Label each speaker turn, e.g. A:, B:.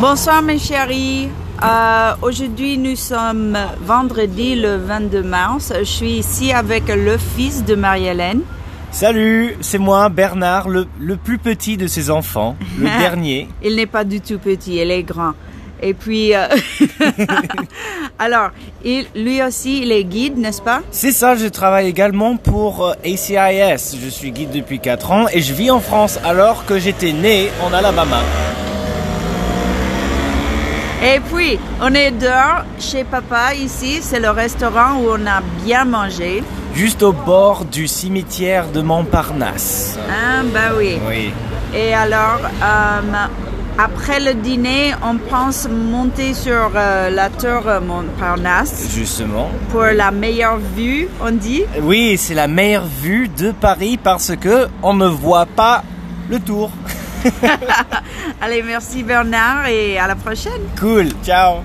A: Bonsoir mes chéris. Euh, Aujourd'hui, nous sommes vendredi le 22 mars. Je suis ici avec le fils de Marie-Hélène.
B: Salut, c'est moi, Bernard, le, le plus petit de ses enfants, le dernier.
A: Il n'est pas du tout petit, il est grand. Et puis, euh, alors, il, lui aussi, il est guide, n'est-ce pas
B: C'est ça, je travaille également pour euh, ACIS. Je suis guide depuis 4 ans et je vis en France alors que j'étais né en Alabama.
A: Et puis, on est dehors chez papa ici. C'est le restaurant où on a bien mangé.
B: Juste au bord du cimetière de Montparnasse.
A: Hein, bah oui.
B: Oui.
A: Et alors, euh, après le dîner, on pense monter sur euh, la tour Montparnasse
B: Justement.
A: pour la meilleure vue, on dit.
B: Oui, c'est la meilleure vue de Paris parce que on ne voit pas le tour.
A: Allez, merci Bernard et à la prochaine.
B: Cool, ciao